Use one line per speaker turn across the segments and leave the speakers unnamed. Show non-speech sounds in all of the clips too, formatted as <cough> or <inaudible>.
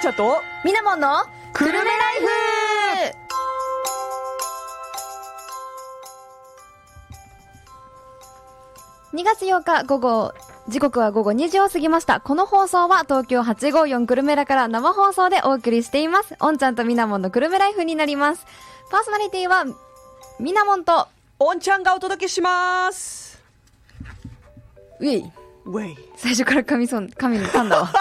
ちゃと
みなもんの
くるめラ
イフ2月8日午後、時刻は午後2時を過ぎました。この放送は東京854グルメラから生放送でお送りしています。おんちゃんとみなもんのグルメライフになります。パーソナリティは、みなもんと、
おんちゃんがお届けします
ウェイ。
ウェイ
最初から噛みそう、噛みに噛んだわ。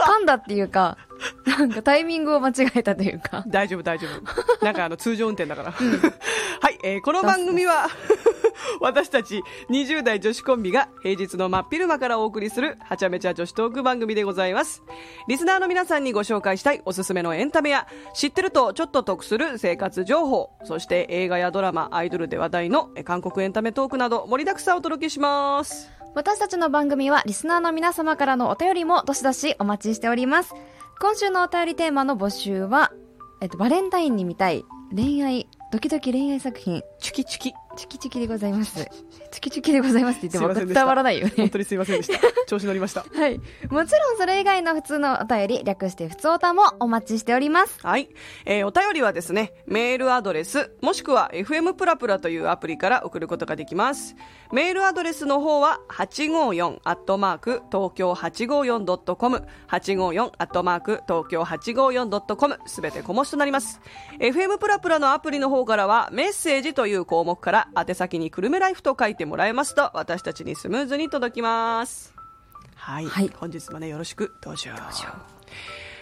噛んだっていうか、なんかタイミングを間違えたというか。
大丈夫大丈 <laughs> 夫なんかあの通常運転だ <laughs> から、はい、えーこの番組は <laughs> 私たち20代女子コンビが平日の真っ昼間からお送りするはちゃめちゃ女子トーク番組でございますリスナーの皆さんにご紹介したいおすすめのエンタメや知ってるとちょっと得する生活情報そして映画やドラマアイドルで話題のえー韓国エンタメトークなど盛りだくさんお届けします
私たちの番組はリスナーの皆様からのお便りもどしどしお待ちしております。今週のお便りテーマの募集は、えっと、バレンタインに見たい恋愛、ドキドキ恋愛作品、
チュキチュキ
チキチキでござい
<laughs>
ます。チキチキでございますって言っても
すいませんでした
伝わらないよ
本
ね。
当にすいませんでした調子乗りました
はい。もちろんそれ以外の普通のお便り、略して普通おたもお待ちしております。
はい。えーお便りはですね、メールアドレス、もしくは FM プラプラというアプリから送ることができます。メールアドレスの方は、854アットマーク、東京 854.com、854アットマーク、東京 854.com、すべて小文字となります。FM プラプラのアプリの方からは、メッセージという項目から、宛先にくるめライフと書いてもらえますと、私たちにスムーズに届きます。はい。
はい
本日もね、よろしく、どうぞ。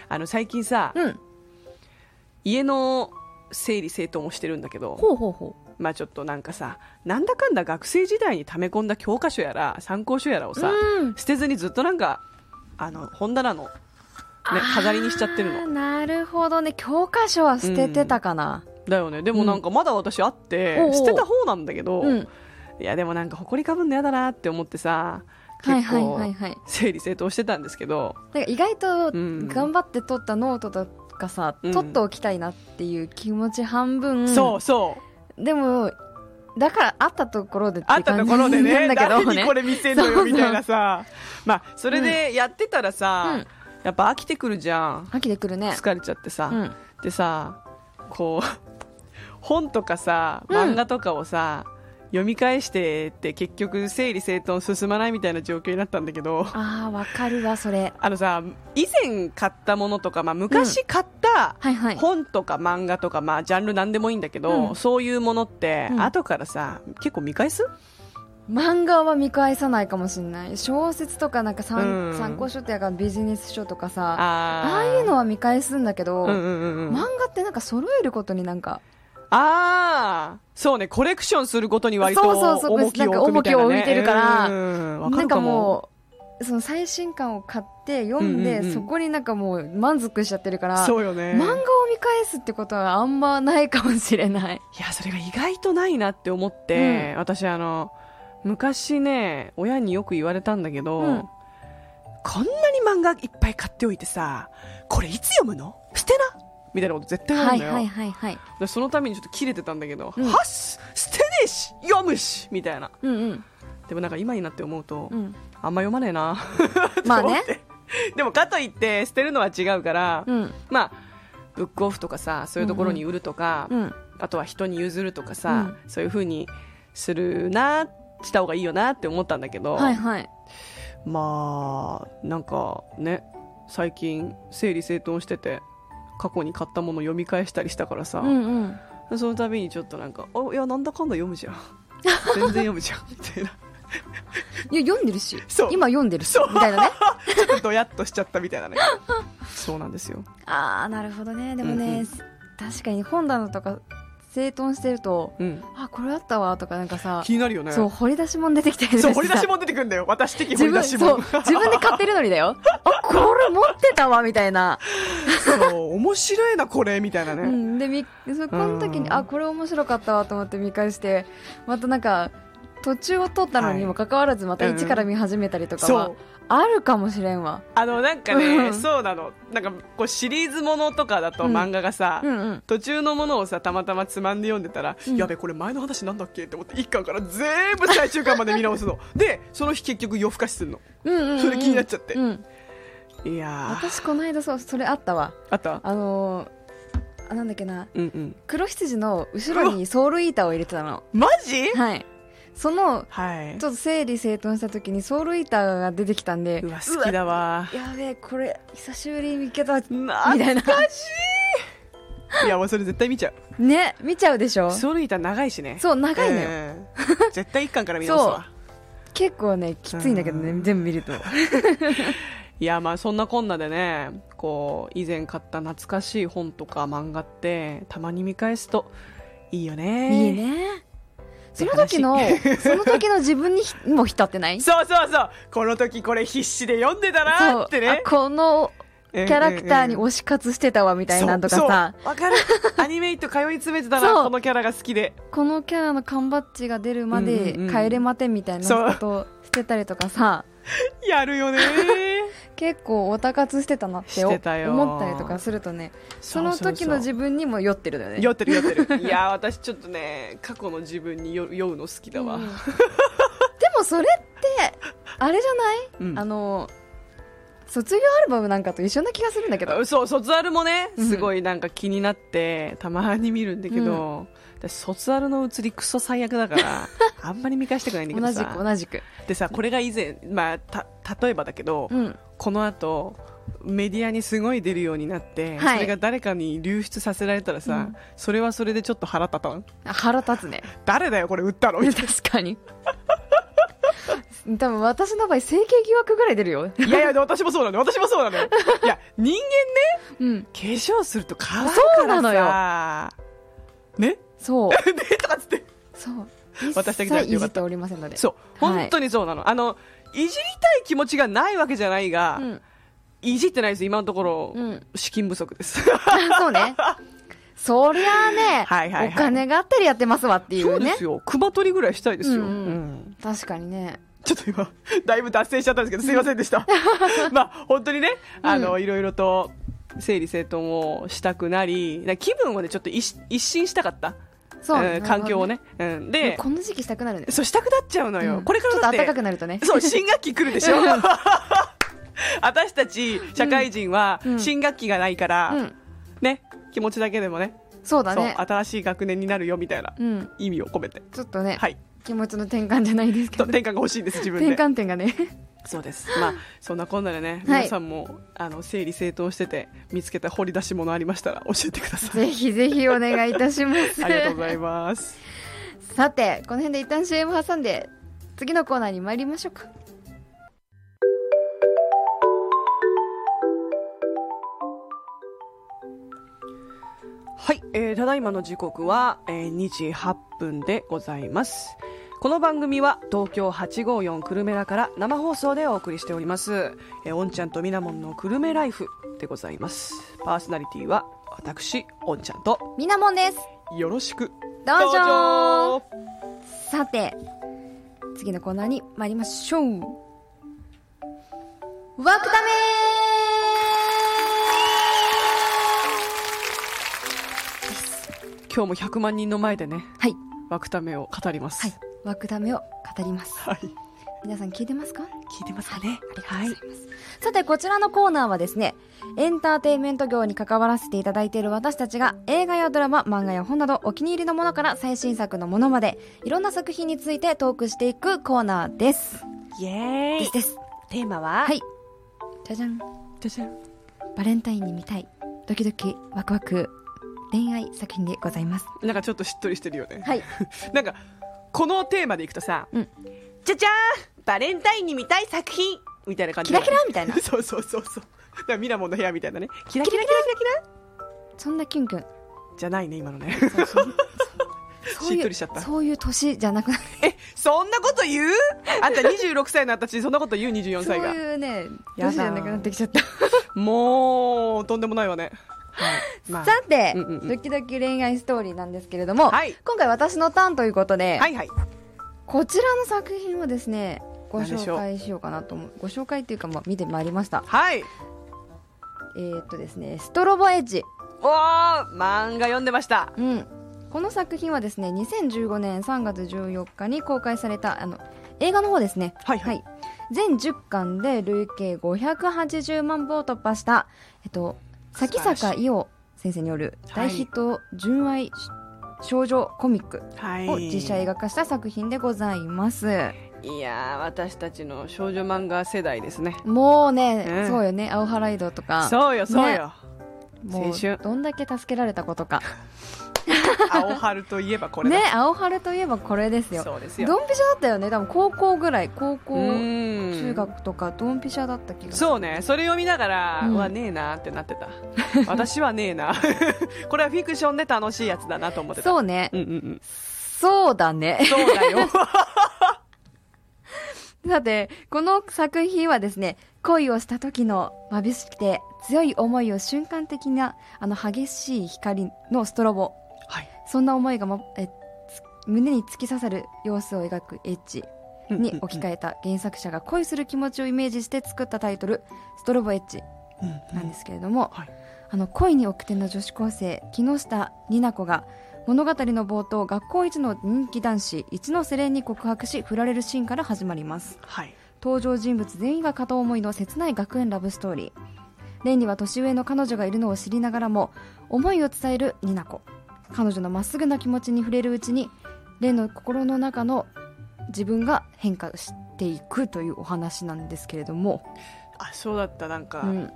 あの、最近さ、
うん。
家の整理整頓をしてるんだけど、
ほうほうほ
まあ、ちょっとなんかさなんだかんだ学生時代に溜め込んだ教科書やら参考書やらをさ、
うん
捨てずにずっとなんかあの本棚の、ね、飾りにしちゃってるの
なるほどね。教科書は捨ててたかな。
だよねでもなんかまだ私あって、
おうおう
捨てた方なんだけど、
うん。
いやでもなんか埃かぶんのやだなって思ってさ
はい
結
はい
構
はいはい。
整理整頓してたんですけど、
なんか意外と
うん
頑張って取ったノートとかさ、
うん
取っておきたいなっていう気持ち半分
そうそう
でもだからあったところでって
あったところでね、
感じなん
誰
だけど
に
ね
これ見せんの
そうそ
よ
う
みたいなさ、まあ、それでやってたらさ、
うん
やっぱ飽きてくるじゃん、
秋で来るね
疲れちゃってさ、
うん
でさ、こう、本とかさ、
うん
漫画とかをさ、読み返してって結局整理整頓進まないみたいな状況になったんだけど、
あーわかるわそれ
あのさ、以前買ったものとか、まあ、昔買った、
はいはい
本とか漫画とか、まあ、ジャンルなんでもいいんだけど、
うん
そういうものって、
うん
後からさ結構見返す
漫画は見返さないかもしれない小説とかなんか
う
参,、
ん
参考書ってやからビジネス書とかさあ
あ
あいうのは見返すんだけど、
うんうんうんうん、
漫画ってなんか揃えることになんか
ああ、そうね、コレクションすることに割と
そうそうそう
重きを置くみたいな、ね、
なんか重きを置いてるから
うんわか
なん
るか
か
も。
もうその最新刊を買って読ん
うん
で、
うんうん
そこになんかもう満足しちゃってるから
そうよね。
漫画を見返すってことはあんまないかもしれない。
いや、それが意外とないなって思って、私、あの、昔ね、親によく言われたんだけど、
うん
こんなに漫画いっぱい買っておいてさ、これいつ読むの捨てなみたいなこと絶対言わ
は
れ
い
るのよ。
はいはいはい。
でそのためにちょっと切れてたんだけど、
うん
はっす捨てねえし読むしみたいな。
うんうん。
でもなんか今になって思うと、
うん、
あんま読まねえな。
<laughs> ま
<laughs>
あね。
でもかといって捨てるのは違うから、
うん
まあブックオフとかさそういうところに売るとか、
うん。
あとは人に譲るとかさ、そういう風にするなした方がいいよなって思ったんだけど、
はいはい。
まあなんかね最近整理整頓してて過去に買ったもの読み返したりしたからさ、
うんうん。
その度にちょっとなんか「あいやなんだかんだ読むじゃん全然読むじゃん」みたいない
や読んでるし
そう、
今読んでるし
そう、
みた
<laughs>
いなね。
ちょっとドヤっとしちゃったみたいなねそうなんですよ
ああ、なるほどね。でもね、
うんうん
確かに本棚とか整頓してると、 <laughs>
うん
あ、これあったわとかなんかさ、
気になるよね
そう、掘り出し物出てきたり
そう、
して
掘り出し
さ
物出てくるんだよ。私的掘
自
り出
分、
し
そ
物。
う、自分
<laughs>
で買ってるのにだ <laughs> よ。あ、これ持ってたわ、みたいな。
そう、面白いな、これ、みたいなね。
うん、でみそこの時
う
に
ん
あこれ面白かったわと思って見返してまたなんか途中を取ったのにもかかわらずまた
うん
一から見始めたりとか
そ
は
う。
あるかもしれんわ
あの、なんか
う
ね、
ん
そうなの。なんか、こう、シリーズものとかだと
うん
漫画がさ、
うんうん
途中のものをさ、たまたまつまんで読んでたら、
うん
やべ、これ前の話なんだっけって思って、一巻から全部
<laughs>
最終巻まで見直すの。で、その日結局夜更かしするの。
うんうんうん
それ気になっちゃって
うん
いやー
私この間そうそれあったわ
あった
あのー、あなんだっけな
うんうん
黒羊の後ろにソウルイーターを入れてたの
マジ
はいその
はい
ちょっと整理整頓した時にソウルイーターが出てきたんで
うわ好きだわ
うわやべえこれ久しぶりに見けたみた
ない
な
しいいやもうそれ絶対見ちゃ
ね見ちゃうでしょ
うソウルイーター長いしね
そう長いのよ、
うん絶対一巻から見直すわ
結構ねきついんだけどね全部見ると
いやまあそんなこんなでねこう以前買った懐かしい本とか漫画ってたまに見返すといいよね
いいねその時のその時の自分にひもう浸ってない
そうそうそうこの時これ必死で読んでた
そ
な
う
ってね
あこの
キ
キャラクターに
み
推し活してたわみたいなのとかさ
わ
<laughs>
かるアニメイト通い詰めてた
そ
な
う
このキャラが好きで
このキャラの缶バッジが出るまで
うんうんうん
帰れまてみたいなことをしてたりとかさ
やるよね
結構オタ活してたなってお
してたよ
思ったりとかするとね <laughs> その時の
分
自分にも酔ってるだよね
酔ってる酔ってるいやー私ちょっとね過去の自分に酔酔うの好きだわ、
うん <laughs> でもそれってあれじゃない
うん
あの卒業アルバムなんかと一緒な気がするんだけど
そう卒アルもね
うん
すごいなんか気になって、たまに見るんだけど、私卒アルの写りクソ最悪だから
<laughs>
あんまり見返したくないんだけ
同
ど
じく
さ
同じく
でさこれが以前、まあ、た例えばだけど、
うん
この後メディアにすごい出るようになって、
はい
それが誰かに流出させられたらさ、
うん
それはそれでちょっと腹立たん
あ腹立つね <laughs>
誰だよこれ売ったのみたいな
確かに <laughs> 多分私の場合整形疑惑ぐらい出るよ
いやいやで私もそうなのよ私もそうなの
<laughs>
よいや人間ね
うん
化粧すると変わる
そ
か
うなのよ
らさね <laughs>
そう
ねとかっつって
そう
私だけ
一
じゃなく
切
て
い
よか
じ
った
っておりませんので
そう
はい
本当にそうなの、あのいじりたい気持ちがないわけじゃないが、
うん
いじってないです今のところ、
うん <laughs>
資金不足です
あそうねそりゃあね
はいはいはい
お金があったりやってますわってい
そううで
ね
すよ熊取りぐらいしたいですよ、
うんうん
うん
確かにね
ちょっと今、だいぶ脱線しちゃったんですけど、すいませんで
<laughs>
した。まあ、本当にね、あの、いろいろと整理整頓をしたくなり、だから気分をね、ちょっと一一新したかった。
そうね
ん環境をね。うん、で、
この時期したくなるね
そう、したくなっちゃうのよ。
うん
これから
ちょっ
だっ
と
て。
暖かくなるとね
そう、新学期来るでしょ。 <laughs> 私たち社会人は
うん
新学期がないから、
うん
ね、気持ちだけでもね
そうだね
そう、新しい学年になるよみたいな
うん
意味を込めて、
ちょっとね
はい、
気持ちの転換じゃないですけ
と
ど
転換が欲しいんです、自分で。
転換点
<laughs>
がね
そうです。まあ、そんなこんなでね、
はい
皆さんも、あの、整理整頓してて、見つけた掘り出し物ありましたら教えてください。
ぜひぜひお願いいたします
ありがとうございます。
さてこの辺で一旦 CM 挟んで次のコーナーに参りましょうか
はい、えーただいまの時刻は、えー2時8分でございます。この番組は東京854久留米らから生放送でお送りしております。えー、おんちゃんとみなもんの久留米ライフでございます。パーソナリティは私、おんちゃんと
みなもんです
よろしく。
どうぞ
どうぞ
さて次のコーナーに参りましょうワークダメ
今日も100万人の前でね、
はい
ワクタメを語ります。
はいワークダメを語ります
はい
皆さん聞いてますか
聞いてますかね。
ありがとうございます、さてこちらのコーナーはですねエンターテインメント業に関わらせていただいている私たちが映画やドラマ漫画や本などお気に入りのものから最新作のものまでいろんな作品についてトークしていくコーナーです
イエー
で
イ
すです
テーマは
はいじゃじゃん
じゃじゃん
バレンタインに見たいドキドキワクワク恋愛作品でございます
なんかちょっとしっとりしてるよね、
はい
<laughs> なんかこのテーマでいくとさ、
うん
じゃじゃーんバレンタインに見たい作品みたいな感じ
キ
だ
ラ
ね
キラみたいな
<laughs> そうそうそうそうだからミラモンの部屋みたいなねキラ
キ
キ
ラ
ラ
キ
キ
ラ
ラキラキラ
そんなキュンキュン
じゃないね今の
<laughs>
ね
そうそうそう
し
い
っと
う
りしちゃった
そういう年じゃなくなる
えそんなこと言うあんた26歳の私にそんなこと言う24
そ
歳
う
が
いうね
やだ
年じゃなくなってきちゃった
もうとんでもないわね、はいまあ
さて、
うんうんうん
ドキドキ恋愛ストーリーなんですけれども、
はい
今回私のターンということで、
はいはい
こちらの作品をですねご
何でしょ
紹
う
介しようかなと思うご紹介っていうか、まあ、見てまいりました
はい
えーっとですねストロボエッジ、
おー漫画読んでました
うん、この作品はですね2015年3月14日に公開されたあの映画の方ですね
はいはい
全10巻で累計580万部を突破した、えっと、
素
先
晴らしい
坂伊代先生による
はい
大ヒット純愛少女コミック
はい
を実写映画化した作品でございます。
いやー私たちの少女漫画世代ですね
もうね、
うん
そうよね、青原井戸とか、
そうよそう
ね
よ、
も
青春
うどんだけ助けられたことか。
青春といえばこれ
ね
だ、
青春といえばこれですよ。
そうですよ
ドンピシャだったよね、多分高校ぐらい、高校、
うん
中学とかドンピシャだった気がする。
そうねそれを見ながら、
う
うんわねえなーってなって
<laughs>
た私はねえな <laughs> これはフィクションで楽しいやつだなと思ってた
そうね、
うんうんうん
そうだね。 <laughs>
そうだよ
さて、この作品はですね、恋をした時のまぶしくて強い思いを瞬間的な、あの激しい光のストロボ。
はい
そんな思いが、ま、えつ胸に突き刺さる様子を描くエッジに置き換えた原作者が恋する気持ちをイメージして作ったタイトル「ストロボエッジ
うんうん」
なんですけれども、
はい
あの恋に奥手な女子高生木下仁奈子が物語の冒頭学校一の人気男子一ノ瀬廉に告白し振られるシーンから始まります
はい
登場人物全員が片思いの切ない学園ラブストーリーレンには年上の彼女がいるのを知りながらも思いを伝えるニナコ彼女のまっすぐな気持ちに触れるうちにレンの心の中の自分が変化していくというお話なんですけれども、
あそうだったなんか、
うん、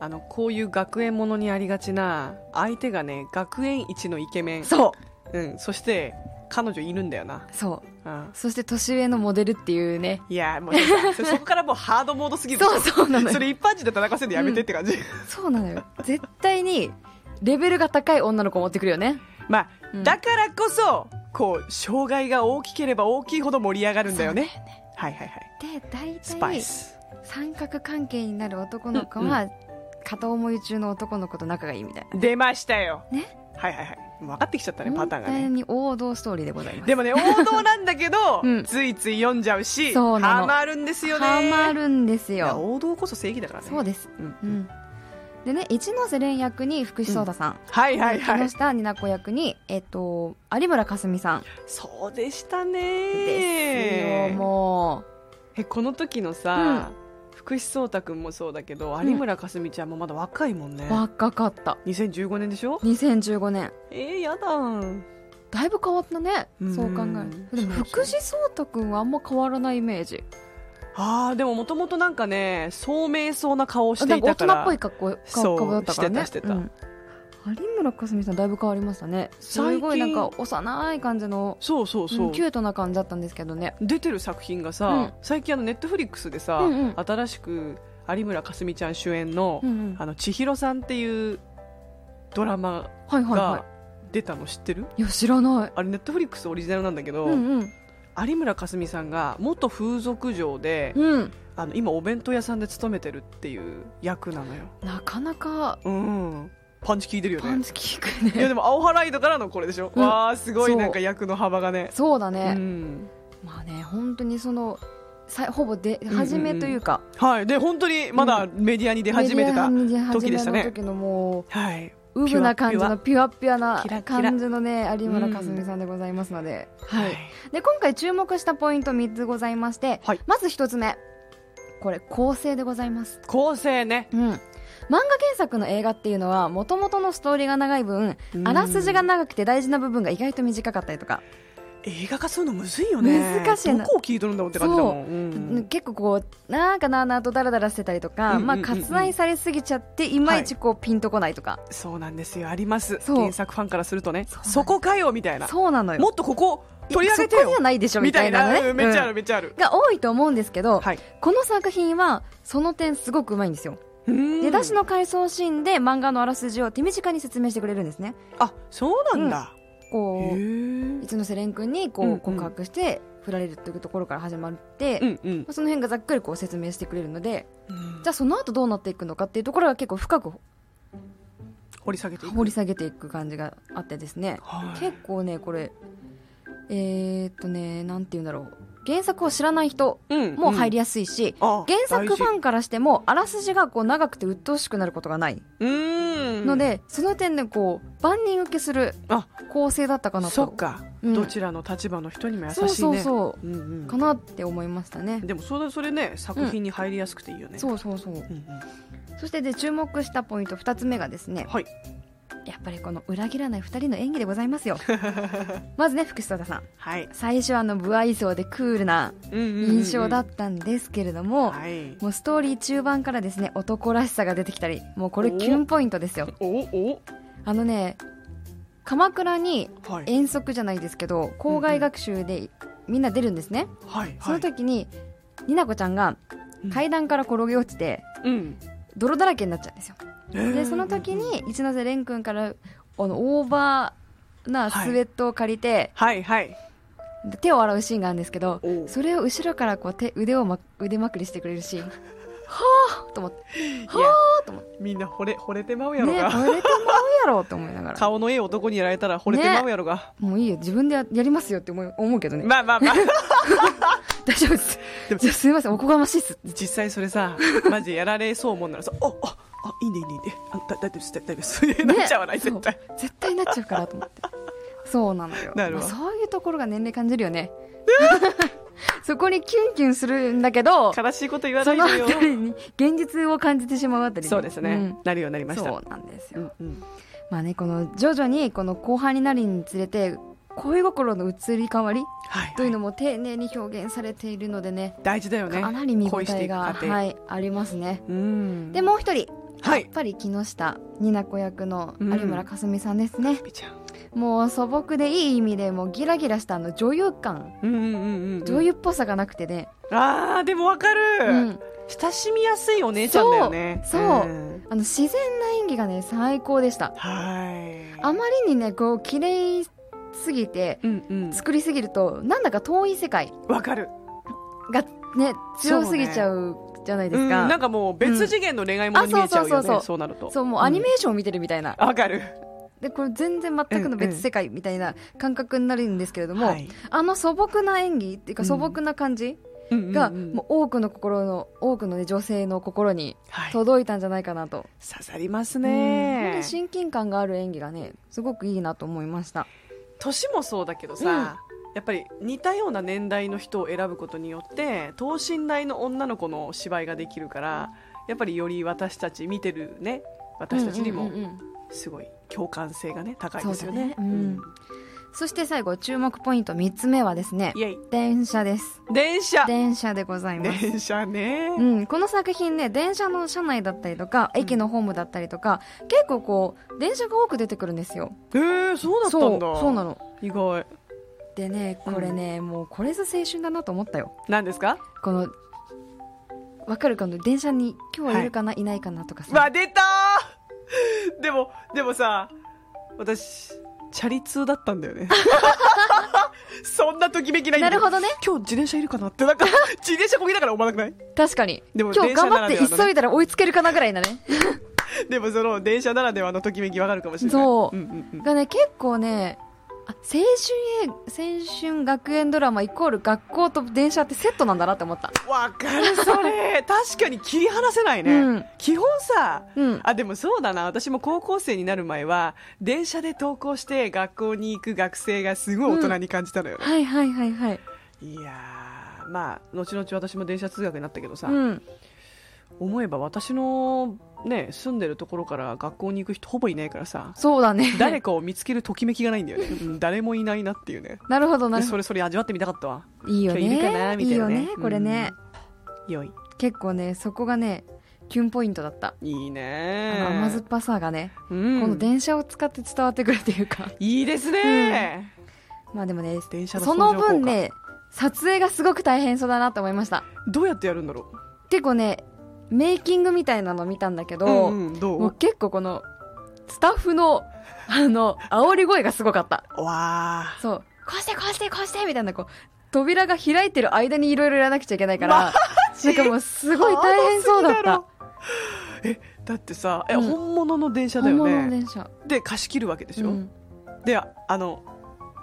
あのこういう学園ものにありがちな相手がね学園一のイケメン、
そう
ん、そして彼女いるんだよな、
そう
うん、
そして年上のモデルっていうね
いやもうちょっとさそ <laughs> こからもうハードモードすぎる
そうそうなの
そ
よ
れ一般人で戦わせるのやめてって感じ、
そうなのよ絶対にレベルが高い女の子を持ってくるよね
まあ、
うん
だからこそこう障害が大きければ大きいほど盛り上がるんだよね
そう
はいはいはい
で大体
スパイス
三角関係になる男の子は、片思い中の男の子と仲がいいみたい
出ましたよ
ね
はいはいはいもう分かってきちゃった
な
ねパターンがね
本当に王道ストーリーでございます
でもね王道なんだけど、
<laughs> うん
ついつい読んじゃうし
そうなの
ハマるんですよね
ハマるんです
いや
よ
王道こそ正義だからね
そうです
うん
うん、でね一ノ瀬廉役に福士蒼汰さん、
はいはいは
木
い
下仁奈子役に、えっと有村架純さん
そうでしたね
ですよも
えこの時のさ、福士蒼汰君もそうだけど
うん
有村架純ちゃんもまだ若いもんね
う、若かった
2015年でしょ
2015年
えー、やだん
だいぶ変わったね
うん
そう考えるとでも
そうそう
福士蒼汰君はあんま変わらないイメージ
あーでももともとなんかね聡明そうな顔をし
な
て
ん
い
か
た
大人
から
っぽい格好
そう
格好だったからね
してたしてた
うん有村架純さんだいぶ変わりましたねす
最近
ごいなんか幼い感じの
そうそうそう、
うんキュートな感じだったんですけどね
出てる作品がさ、
うん
最近あのネットフリックスでさ、
うんうん
新しく有村架純ちゃん主演の
うんうん
「あの千尋さん」っていうドラマ
はいはいは
が出たの知ってる、
いいや知らない
あれネットフリックスオリジナルなんだけど、
うんうん
有村架純さんが元風俗嬢で、
うん
あの今お弁当屋さんで勤めてるっていう役なのよ
なかなか
うんパンチ効いてるよ
パン
ね
チ効く
いや
ね
でも青ハライドからのこれでしょ、
うん
わあすご
そ
いうなんか役の幅がね
<laughs> そうだ
う
ね
ん
まあね本当にそのさいほぼ出
ん
始めというか
はいで本当にまだメディアに出始めてた、
メディア
時でしたね
始めの時のも
はい、
うウブな感じのピュアピュアな
キラキラ
感じのね有村架純さんでございますので
はい
で今回注目したポイント3つございまして、
はい
まず1つ目これ構成でございます、
構成ね
うん、漫画原作の映画っていうのはもともとのストーリーが長い分
うん
あらすじが長くて大事な部分が意外と短かったりとか、
映画化するのむずいよね
難しいな
どこを聞いとるんだろうって感じだもんう
うん
ん、
結構こうなんかなあなあとダラダラしてたりと
うん
か、
うんうんうん
まあ、割愛されすぎちゃっていまいちこうピンとこないとか、
そうなんですよあります
そう
原作ファンからするとね
そうなん
そこかよみたいな
そうなのよ
もっとここ取り上げて
そこじゃ
よ
ないでしょみ
み
た
た
い
い
なの
な
ね、
うんめっちゃあ
う
る
ん
めっちゃある
が多いと思うんですけど、
はい
この作品はその点すごくうまいんですよ出
出
だしの回想シーンで漫画のあらすじを手短に説明してくれるんですね
あそうなんだへ
こう
ー
一ノ瀬廉君にこ
うんう
うん告白して振られるっていうところから始まって、
う
ま
んうん
あその辺がざっくりこう説明してくれるのでじ
じゃ
ゃあその後どうなっていくのかっていうところが結構深く
掘り下げていく
掘り下げていく感じがあってですね
はい
結構ねこれえー、っとねなんて言うんだろう原作を知らない人
うん
も入りやすいし、
原
原作ファンからしてもあらすじがこう長くて鬱陶しくなることがないので、その点でこう万人受けする
あ
構成だったかなと
そっか
うん
どちらの立場の人にも優しい
そ
ね、
うそうそう
んうん、
うかなって思いましたね
でもそれそれね作品に入りやすくていいよね、
そうそうそう
うんうん
そしてで注目したポイント2つ目がですね
はい
やっぱりこの裏切らない2人の演技でございま
<laughs>
すよまずね福士蒼汰さん
はい、
最初はあの無愛想でクールな
うんうんうんうん
印象だったんですけれども、
はい
もうストーリー中盤からですね男らしさが出てきたりもうこれキュンポイントですよ
おお
あのね鎌倉に
はい
遠足じゃないですけど校外学習でみんな出るんですね、
はい
その時にになこちゃんが階段から転げ落ちて
うん
泥だらけになっちゃうんですよでその時に一ノ瀬廉君からあのオーバーなスウェットを借りて、
はいはい
で手を洗うシーンがあるんですけど
おう
それを後ろからこう手腕を、ま、腕まくりしてくれるシ
<laughs>
ーンはあと思って
いや
はあと思って
みんな惚れ惚れてまうやろ
ね
が、
惚れてまうやろと思いながら
顔のええ男にやられたら惚れてまうやろが、
もういいよ自分でややりますよって思う思うけどね、
まあまあまあ
大丈夫です
でも
じゃあすみませんおこがましいっす
実際それ
<laughs>
さマジやられそうもんならさおおあいいねいいねいいねあだ大丈夫です大丈夫です <laughs> なっちゃわない、
ね
絶対
そう絶対なっちゃうからと思ってそうなのよ
なるわ
まあそういうところが年齢感じるよね <laughs> そこにキュンキュンするんだけど
悲しいこと言わな
そのあ
いでよ
たりに現実を感じてしまうあたり
そうですね、
ん
なるようになりました
そうなんですよ、
んうん
まあねこの徐々にこの後半になるにつれて恋心の移り変わり
はい、はい、
というのも丁寧に表現されているのでね
大事だよね
かなり見応
恋して
え
いく
が、
過程、
はい、ありますね
うん
でもう一人、
はい
やっぱり木下になこ役の有村架純さんですね、
ピちゃん
もう素朴でいい意味でもうギラギラしたあの女優感
うんうんうんうん
女優っぽさがなくてね、
あーでもわかる、
うん、
親しみやすいお姉ちゃんだよね
そうそ
ん
あの自然な演技がね最高でした
はい
あまりにねこう綺麗すぎて
うんうん
作りすぎるとなんだか遠い世界
わかる
がね強すぎちゃうじゃないです
うん、な
か
んかもう別次元の恋愛ものに見えちゃうよね、
うんあそうそうそうそう
そうなると
そうもうアニメーションを見てるみたいな、
わかる
でこれ全然全くの別世界みたいな感覚になるんですけれども、
はい
あの素朴な演技っていう
う
か
ん
素朴な感じ
うんうん
が、
うん
もう多くの心の多くの、ね、女性の心に
はい刺
届いたんじゃないかなと、
さります
うん本当
ね
に親近感がある演技がねすごくいいなと思いました
年もそうだけどさ、やっぱり似たような年代の人を選ぶことによって等身大の女の子の芝居ができるからやっぱりより私たち見てるね私たちに
うん
も
うんうんうん
すごい共感性がね高いですよね。
そうだねうんそして最後注目ポイント3つ目はですね
イエイ
電車です
電車
電車でございます
電車ね、
うん、この作品ね電車の車内だったりとか
ん
駅のホームだったりとか、結構こう電車が多く出てくるんですよ
えー、そうだったんだ
そうそうなの
意外
でねこれね、もうこれぞ青春だなと思ったよ
何ですか
このわかるかの電車に今日はいるかな、い、ないかなとか
わ
さ
出たーでもでもさ私チャリ通だったんだ
<laughs>
よねそんなときめきないんだけ
なるほどね
今日自転車いるかなってなん
<laughs>
か自転車こぎながら思わなくない
確かに
でも
今日
電車
頑
な
張
ら
っ
で
て
はのね
急いだら追いつけるかなぐらいなね
でもその電車ならではのときめきわかるかもしれない
そう
うんうんうん、
がね結構ねあ青春映青春学園ドラマイコール学校と電車ってセットなんだなって思った
わかるそれ
<laughs>
確かに切り離せないね、
うん
基本さ、
うん
あでもそうだな私も高校生になる前は電車で登校して学校に行く学生がすごい大人に感じたのよね、
はいはいはいはい
いやーまあ後々私も電車通学になったけどさ、
うん
思えば私のね住んでるところから学校に行く人ほぼいないからさ
そうだね
誰かを見つけるときめきがないんだよね、うん誰もいないなっていうね
<laughs> なるほどなるほ
それそれ味わってみたかったわ
どいいよね
今日いるかなみたいなね
いよねこれね、
よい
結構ねそこがねキュンポイントだった、
いいね
あの甘酸っぱさがね、
うん
この電車を使って伝わってくるとい
<laughs>
うか
いいですね、
まあでもね
電車の
その分ね撮影がすごく大変そうだなと思いました
どうやってやるんだろ
結構ねメイキングみたいなの見たんだけ
う
ど、
んうんど
もう
う
結構このスタッフのあの煽り声がすごかった
わあ
そうこうしてこうしてこうしてみたいなこう扉が開いてる間にいろいろやらなくちゃいけないから
ジ
なんかもうすごい大変そうだった
えだってさえ、
うん
本物の電車だ
本
よ
物の
ね
電車
で貸し切るわけでしょ、
うん
でああの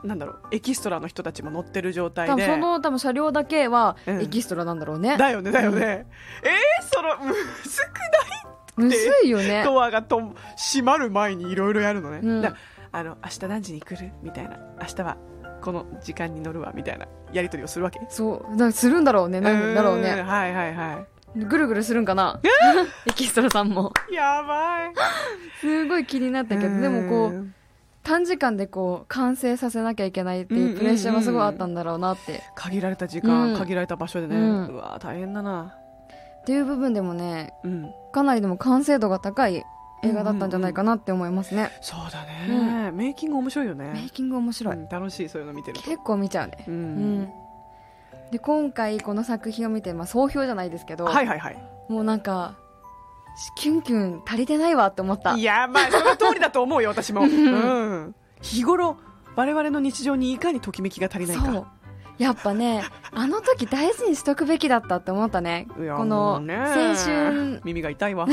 なんだろうエキストラの人たちも乗ってる状態
多分
で
その多分車両だけは
うん
エキストラなんだろうね、
だよねだよね、えー、そのむずく
むずいよね
ドアがとん閉まる前にいろいろやるのね、
うん
だあの明日何時に来るみたいな明日はこの時間に乗るわみたいなやり取りをするわけ
そうだするんだろうねなんだろう
ー
ね
んはいはいは
ぐるぐるするんかな <laughs> エキストラさんも
いやばい
すごい気になったけどでもこう短時間でこう完成させなきゃいけないっていうプレッシャーがすごいあったんだろうなって、
限られた時間、
うん
限られた場所でね、う
うん
わ大変だな
っていう部分でもね
うん
かなりでも完成度が高い映画だったんじゃないかなって思いますね、
そうだね、メイキング面白いよ
メイ
ね
キング面白い、
うん楽しいそういうの見てると
結構見ちゃうね
う
うん、
ん、
で今回この作品を見て、まあ、総評じゃないですけど、
はいはいはい
もうなんかキュンキュン足りてないわって思った
いやまあその通りだと
<laughs>
思うよ私も、うん、日頃我々の日常にいかにときめきが足りない
そう
か
やっぱねあの時大事にしとくべきだったって思ったね
いやも
こ
う
の
ね
青春
耳が痛いわ、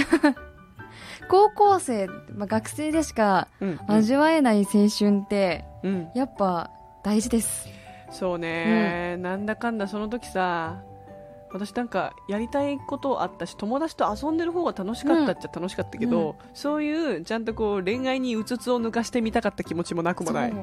高校生、まあ、学生でしか
うん
<laughs> 味わえない青春って
うん、
やっぱ大事です
そうね、なんだかんだその時さ私なんかやりたいことあったし友達と遊んでる方が楽しかったっちゃ楽しかったけど、そういうちゃんとこう恋愛にうつつを抜かしてみたかった気持ちもなくもない
そう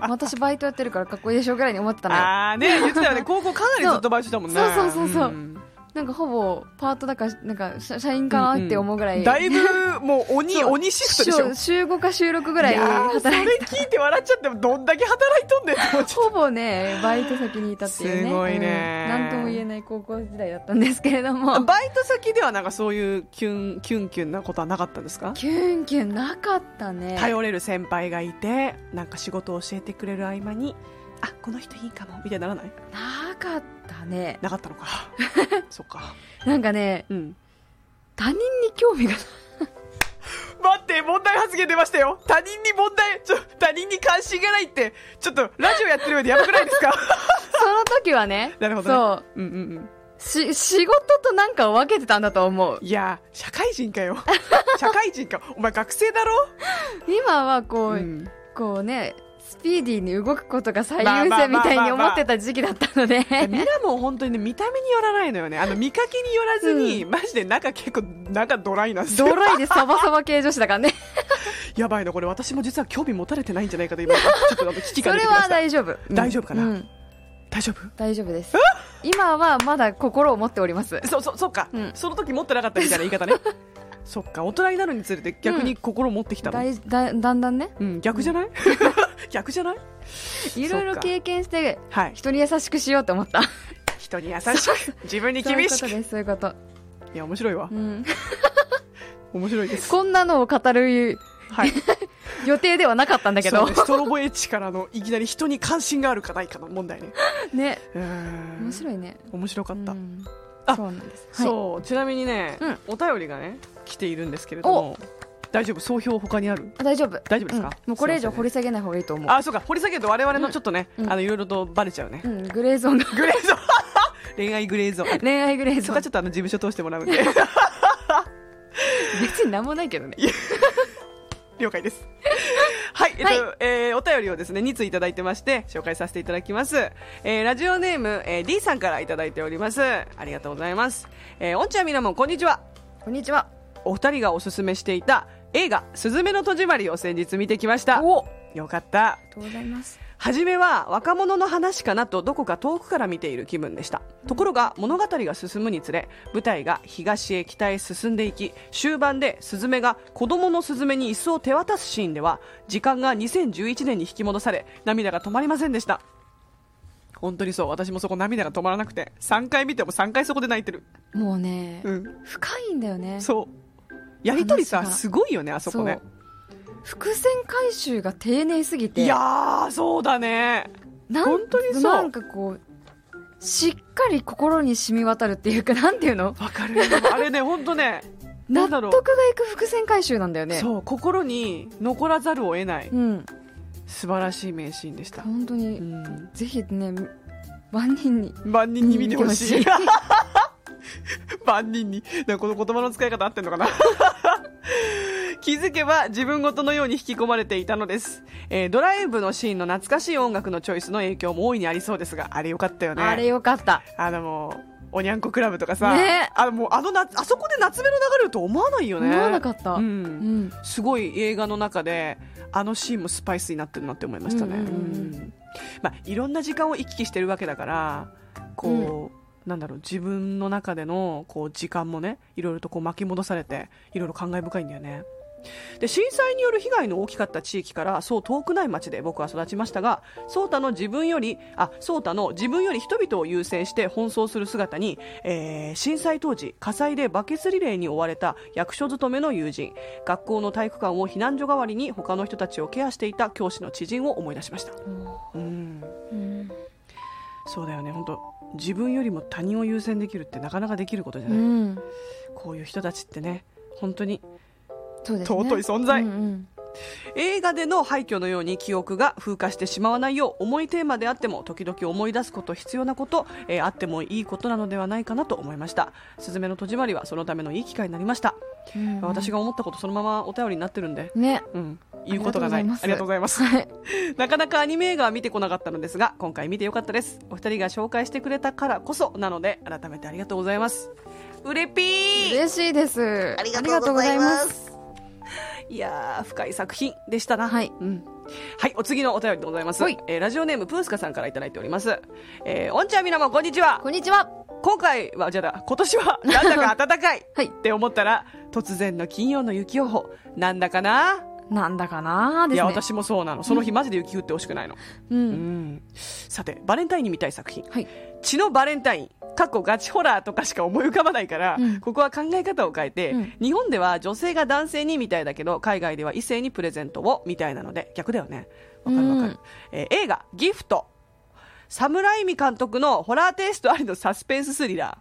私バイトやってるからかっこいいでしょぐらいに思ってたのよ
ああね言ってたよ
<laughs>
ね高校かなりずっとバイトしてたもんね
そうそうそうそうんなんかほぼパートだからなんか社社員かなって思うぐらい、
だいぶもう鬼
そう
鬼シフトでしょ
週週5か週6ぐらい
いやー
働
それ
いて
聞いて笑っちゃってどんだけ働いとんねんって思っちゃっ
ほぼねバイト先にいたっていうね
すごいね
うんなんとも言えない高校時代だったんですけれど
た
も
バイト先ではなんかそういうキュンキュンキュンなことはなかったんですか
キュンキュンなかったね
頼れる先輩がいてなんか仕事を教えてくれる合間にあこの人いいかもみたいにならない
なかったね
なかった <laughs> のかそっか
なんかね
うん
他人に興味が <laughs>
待って問題発言出ましたよ他人に問題ちょ他人に関心がないってちょっとラジオやってるようでやばくないですか
その時はね
なるほど、
そう
ね、うんうんうん
し仕事となんかを分けてたんだと思う
いやー社会人かよ社会人かお前学生だろ、
今はこう、
うん
こうねスピーディーに動くことが最優先みたいに思ってた時期だったので
<laughs> いやミラも本当にね見た目によらないのよねあの見かけによらずに、マジで中結構中ドライなんですよ
ドライでサバサバ系女子だからね
やばいのこれ私も実は興味持たれてないんじゃないか
<laughs>
と今ちょっとあの危機
そ
感出て
れ
きまし
は
た
大丈夫、
うん大丈夫かな
うん
大丈
大丈夫です今はまだ心を持っております
夫そうそうそうか、
うん
その時持ってなかったみたいな言い
<laughs>
方ねそっか大人になるにつれて逆に心持ってきたの、
大だだんだんね
うん逆じゃない <laughs> 逆じゃない
いろい
そっ
ろ
か
経験して
はい
人に優しくしようと思った
人に優しく自分に
そういう
<laughs> 厳
こ
し
と
くい
ですそういうこと、
や面白いわ
うん、 <laughs>
面白いです
こんなのを語る
はい
予定ではなかったんだけ
そう
ど
ねストロボエッチからのいきなり人に関心があるかないかの問題ね
ね
面
面白いね
面白かった、
うん
あ
そうなんですはい
そうちなみにね、
うん
お便りがね来ているんですけれども大丈夫総評他にある
あ大丈夫
大丈夫ですか
うんもうこれ以上
すいませんね
掘り下げない方がいいと思う
あそうか掘り下げると我々のちょっとね、
うん
あのいろいろとバレちゃうね、
うんグレーゾーンが
グレーゾーン恋愛グレーゾーン
<laughs> 恋愛グレー
そこ
ゾー
は
ン
ちょっとあの事務所通してもらうん
<laughs>
で
別になんもないけどね
了解ですはい、えっと、えーお便りをですね2通いただいてまして紹介させていただきます、えーラジオネーム、えー、D さんからいただいておりますありがとうございます、えー、おんちゃんみなもんこんにちは
こんにちは
お二人がおすすめしていた映画「すずめの戸締まり」を先日見てきました
お
よかった
ありがとうございます。
初めは若者の話かなとどこか遠くから見ている気分でしたところが物語が進むにつれ舞台が東へ北へ進んでいき終盤でスズメが子供のスズメに椅子を手渡すシーンでは時間が2011年に引き戻され涙が止まりませんでした本当にそう私もそこ涙が止まらなくて3回見ても3回そこで泣いてる
もうね、
うん
深いんだよね。
そうやりとりさ
話が
すごいよねあそこね
そう伏線回収が丁寧すぎて、
いやーそうだね
なん
本当にそう
なんかこう、しっかり心に染み渡るっていうか、なんていうの
わかるあれね本当ねな
納
んだろう
得がいく伏線回収なんだよね。
そう心に残らざるを得ない
うん。
素晴らしい名シーンでした、
本当に、
うん、
ぜひね、万人に。
万人に見てほしい
見て
<laughs> 万人になんかこの言葉の使い方合ってんのかな <laughs> 気づけば自分ごとのように引き込まれていたのです、えードライブのシーンの懐かしい音楽のチョイスの影響も大いにありそうですがあれよかったよね
あれよかった。
あのもうおにゃんこクラブとかさ、
ね
あのもうあのなあそこで夏目の流れると思わないよね
思わなかった。
う
うんん。
すごい映画の中であのシーンもスパイスになってるなって思いましたね、
うんうんうん
うんまあ、いろんな時間を行き来してるわけだからこう、なんだろう自分の中でのこう時間もねいろいろとこう巻き戻されていろいろ感慨深いんだよね。で震災による被害の大きかった地域からそう遠くない町で僕は育ちましたが颯太の自分よりあ颯太の自分より人々を優先して奔走する姿に、えー震災当時火災でバケツリレーに追われた役所勤めの友人学校の体育館を避難所代わりに他の人たちをケアしていた教師の知人を思い出しました。うん
うん
そうだよね本当自分よりも他人を優先できるってなかなかできることじゃ
う
ない、
ん、
こういう人たちってね本当に
そうですね
尊い存在
うんうん
映画での廃墟のように記憶が風化してしまわないよう重いテーマであっても時々思い出すこと必要なこと、えーあってもいいことなのではないかなと思いました「すずめの戸締まり」はそのためのいい機会になりました、
うんうん
私が思ったことそのままお便りになってるんで
ね <laughs>
うん言うことがない
あ
あ
り
りがと
がとう
うございます
はい
なかなかアニメ映画は見てこなかったのですが今回見てよかったですお二人が紹介してくれたからこそなので改めてありがとうございますうれぴー
嬉しいです
ありがとうござい
ありが
ま
とうござい
す。
いやー深い作品でしたな
はい
うんはい、お次のお便りでございます
はい、
えーラジオネームプースカさんからいただいておりますえー、おんちゃんみなもこんにちは
こんにちは
今回はじゃあ今年
<laughs>
はなんだか暖かい
はい
って思ったら突然の金曜の雪予報なんだかな、
なんだかなーですね
いや私もそうなのその日マジで雪降ってほしくないの
う
うんんさてバレンタインに見たい作品
はい
血のバレンタイン過去ガチホラーとかしか思い浮かばないから、
うん
ここは考え方を変えて、
うん
日本では女性が男性にみたいだけど海外では異性にプレゼントをみたいなので逆だよねわかるわかる、
うん
えー映画「ギフト」サムライミ監督のホラーテイストありのサスペンススリラ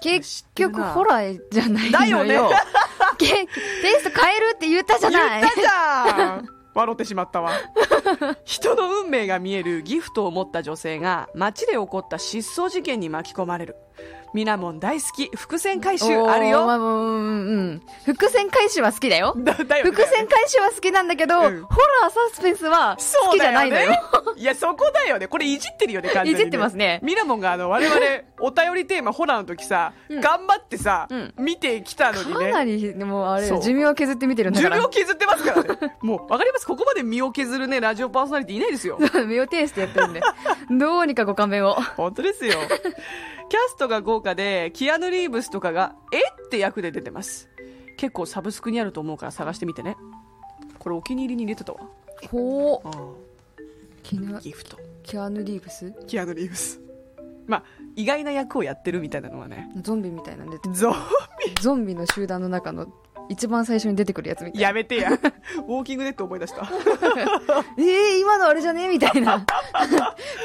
結局ホラーじゃな
ー
いの
だよね
<laughs> けテイスト変えるって言ったじゃない
言
<laughs>
ったじゃん <laughs> 笑ってしまったわ人の運命が見えるギフトを持った女性が街で起こった失踪事件に巻き込まれるミナモン大好き伏線回収ある
おーま
よ
あうんうんうん伏線回収は好きだよ
だだよね
伏線回収は好きなんだけど、
うん
ホラーサスペンスは好
そ
き
う
じ
だ
ゃな
よ
いの
ね
よ。
いや、そこだよね。これいじってるよね、完全に、
いじってますね
ミラモンが、あの、我々、お便りテーマ、ホラーの時さ、
うん
頑張ってさ、
うん
見てきたのに
かな
ね。
り、もうあれ
そ
よ、
う
寿命を削って見てるんだ
重
から。 <laughs>
量削ってますからね。もう、わかりますここまで身を削るね、ラジオパーソナリティいないですよ。
目を呈してやってるんで。どうにかご勘弁を。
本当ですよ。キャストが豪華で、キアヌ・リーブスとかが、えって役で出てます。結構サブスクにあると思うから探してみてね。これお気に入りに入れてたわ。
ほう。
ああ
キヌ、
ギフト。
キアヌ・リーブス
キアヌ・リーブス。まあ、意外な役をやってるみたいなのはね。
ゾンビみたいなんで、
ゾウ
ゾンビの集団の中の一番最初に出てくるやつみたいな。
やめてや。 <laughs> ウォーキングデッド思い出した。
えー、今のあれじゃねみたいな。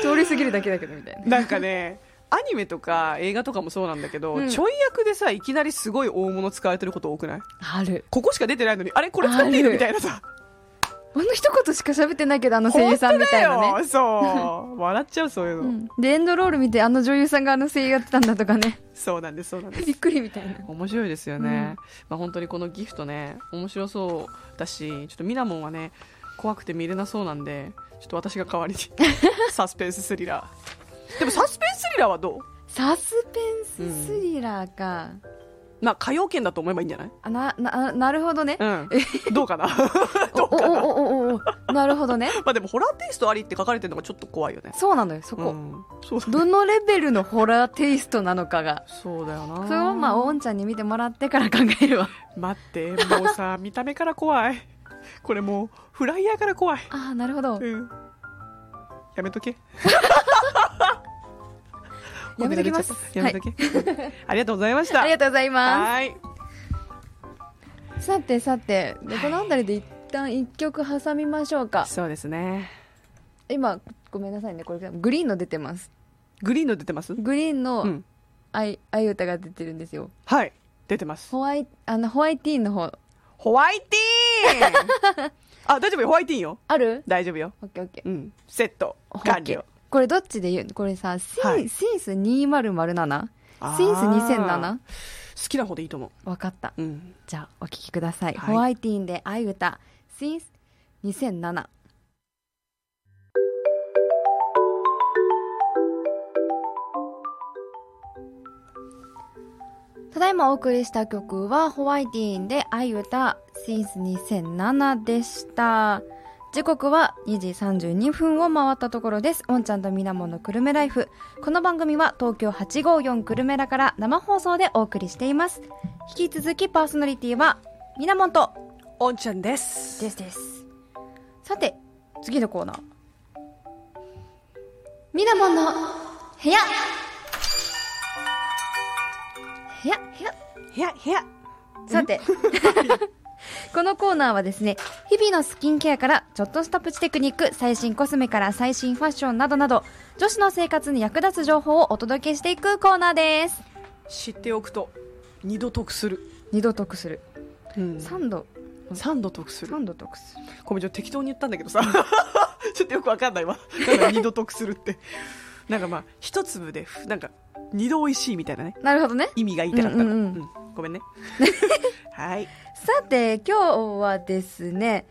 通り過ぎるだけだけど、みたいな。
なんかね、アニメとか映画とかもそうなんだけど、
うん
ちょい役でさ、いきなりすごい大物使われてること多くない
ある。
ここしか出てないのに、あれこれ使っていいの
ある
みたいなさ。
ほんの一言しか喋ってないけど、あの声優さんみたいな
本
ね
当だ。よ。そう。笑っちゃう、そういうの。
うんで、エンドロール見て、あの女優さんがあの声優やってたんだとかね。 <laughs>
そうなんです、そうなんです。
びっくりみたいな。
面白いですよ
うん
ね、まあ、本当にこのギフトね面白そうだしちょっとミラモンはね怖くて見れなそうなんでちょっと私が代
<laughs>
わりにサスペンススリラーでもサスペンススリラーはどう
サスペンススリラーか。
まあ歌謡圏だと思えばいいんじゃない
あな、な、なるほどね
う。ん、どうか
<laughs>
な
お
どう
お
かなま
おおおおなるほどね。
あでもホラーテイストありって書かれてるのがちょっと怖いよね
そうなのよ、そこ。
うん、そうだ
どのレベルのホラーテイストなのかが。
そうだよな
それをまあ、おんちゃんに見てもらってから考えるわ。
待ってもうさ <laughs> 見た目から怖いこれもうフライヤーから怖い
ああ、なるほ
う
ど。
んやめとけ
やめときます。
や
は
め
い
と。け。ありがとうございました。
ありがとうございま
はい。
す。さてさて、でこの辺りで一旦一曲挟みましょうか。
そうですね。
今、ごめんなさいね、これ、グリーンの出てます。
グリーンの出てます？
グリーン
う
の
ん。
あい、あいうたが出てるんですよ。
はい。出てます。
ホワイ、あの、ホワイティーンの方、
ホワイティーン。
<laughs>
あ、大丈夫よ。ホワイティーンよ。
ある
大丈夫よ。
オッケーオッケー。
うん。セット
オッケー
完了。
これどっちで言うこれさ、スイ
はい
スイス2007
あー
スイス2007
好きな方でいいと思
わかった。
う。うん。
じゃあお聞きください。
はい
ホワイティーンで愛歌、スイス2007。ただいまお送りした曲はホワイティーンで愛歌スイス2007でした。時刻は2時32分を回ったところです。おんちゃんとみなもんのくるめライフ。この番組は東京854くるめらから生放送でお送りしています。引き続きパーソナリティはみなもんと
おんちゃんです
ですです。さて、次のコーナー。みなもんの部屋部屋部屋
部屋部屋
さて、このコーナーはですね、日々のスキンケアからちょっとしたプチテクニック、最新コスメから最新ファッションなどなど、女子の生活に役立つ情報をお届けしていくコーナーです。
知っておくと二度得する、
二度得する。
うん、
三度、
三度得する
三度得する。
ごめんちょっと適当に言ったんだけどさ <laughs> ちょっとよくわかんないわなんか二度得するってなんかまあ一粒でふなんか二度おいしいみたいなね
なるほどね。
意味が言いたかったの、
うんうんうん
うんごめん
<laughs>
ねはい
さて、今日はですね、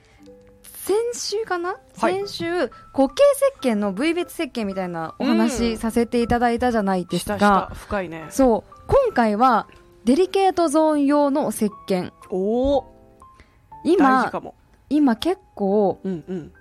先週かな、
はい
先週、固形石鹸の部位別石鹸みたいなお
う
話
ん
させていただいたじゃないです
下
か。
下深いね
そう、今回は、デリケートゾーン用の石鹸。
おお大事
今
か、も
今結構
うんうん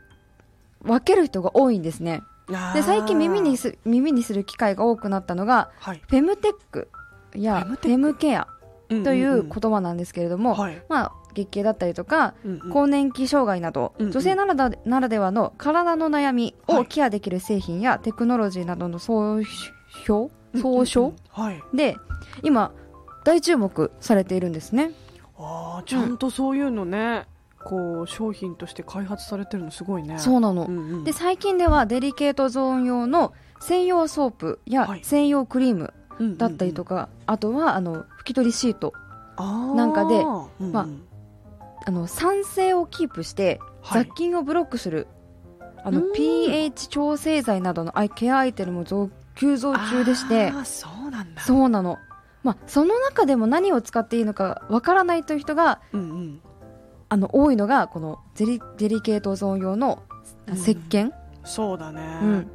分ける人が多いんですね。
あー
で、最近耳にす、耳にする機会が多くなったのが、
はい
フェムテックや
フェムテック
フェムケア
と
という言葉なんですけれども、
はい
まあ、月経だったりとか、
うんうん
更年期障害など、
うんうん
女性ならだならではの体の悩み
は
を
い
ケアできる製品やテクノロジーなどの総称総称
はい
で今大注目されているんですね
あーちゃんとそういうのね、こう商品として開発されてるのすごいね
そううなの、
んうん
で最近ではデリケートゾーン用の専用ソープ
は
や
い
専用クリーム
うんうんうん
だったりとか、あとはあの拭き取りシート
あー
なんかで
うんうん
まああの酸性をキープして
はい
雑菌をブロックする、あの
うん
pH 調整剤などのアイケアアイテムも増急増中でして
あーそうなんだ
そうなの、まあ、その中でも何を使っていいのかわからないという人が
うんうん
あの多いのがこのデリデリケートゾーン用のあ石鹸、
そうだね、
うん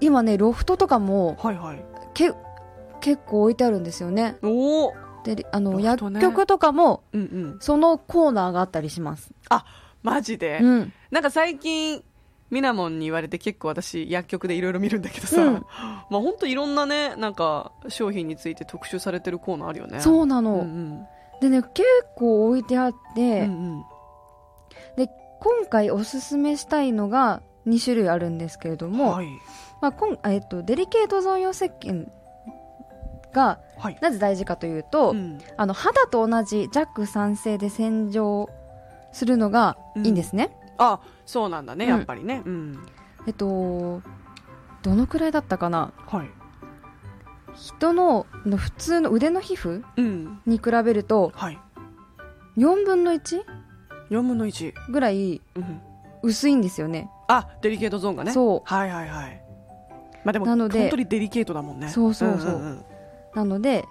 今ねロフトとかも
はいはい
け結構置いてあるんですよね
おお
でりあの、
ロフト
薬
ね
局とかも
うんうん
そのコーナーがあったりします、
マジで、
うん、
なんか最近ミナモンに言われて結構私薬局でいろいろ見るんだけどさ、
うん
まあ本当いろんなねなんか商品について特集されてるコーナーあるよね
そうなの、
うん
でね結構置いてあって、
うんうんうん
今回おすすめしたいのが2種類あるんですけれども、
はい
まあ今えっと、デリケートゾーン用石鹸が
はい
なぜ大事かというと、
うん
あの肌と同じ弱酸性で洗浄するのがいいんですね、
あそうなんだね
うん
やっぱりねうん
えっとどのくらいだったかな
はい
人のあの普通の腕の皮膚
うん
に比べると
はい
4分の1
4分の1、
ぐらい
うん、
薄いんですよね
あデリケートゾーンがね
そう
はいはいはいまあでも
なの
本
で
当にデリケートだもんね
そうそうそうん
ん
なので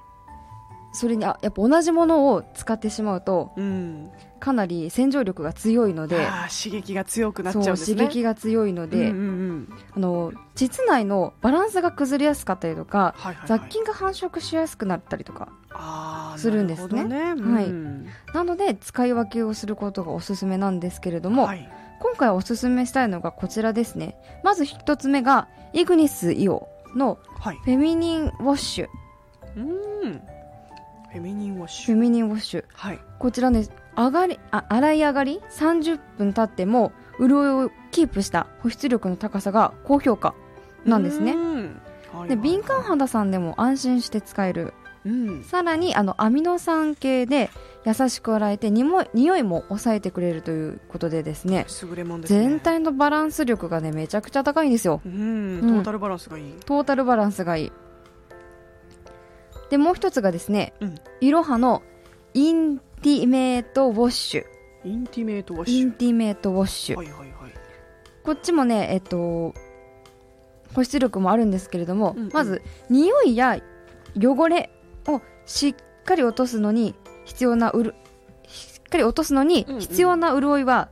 それにあやっぱ同じものを使ってしまうと
うん、うん
かなり洗浄力が強いので
あー刺激が強くなっちゃ
そ
うん
う
です
刺
ね
激が強いので、
うんうんうん
あの膣内のバランスが崩れやすかったりと
は
か、
いはいはい、
雑菌が繁殖しやすくなったりとか
あー
するんですね
なるほど
はい
うん
なので使い分けをすることがおすすめなんですけれども、
はい
今回おすすめしたいのがこちらですねまず一つ目がイグニスイオの
はい、
フェミニンウォッシュ
うんフェミニンウォッシ
フェ
ュ
ミニンウォッシュ
はい
こちらね上がりあ洗い上がり30分経っても潤いをキープした保湿力の高さが高評価なんですね
うんはいはいは
で
い
敏感肌さんでも安心して使える
うん
さらにあのアミノ酸系で優しく洗えてにも匂いも抑えてくれるということでですね
優れもんですね
全体のバランス力がねめちゃくちゃ高いんですよ
うんト
うん
ータルバランスがいい、
トータルバランスがいいでもう一つがですね
うん、
イロハのインティメートウォッシュ
インティメートウォッ
イ
シ
ンティメートウォッシ
ュ
ュ
はいはいはい
こっちもねえっと保湿力もあるんですけれども、
うんうん
まず匂いや汚れをしっかり落とすのに必要なうるしっかり落とすのに
うんうん
必要な潤いは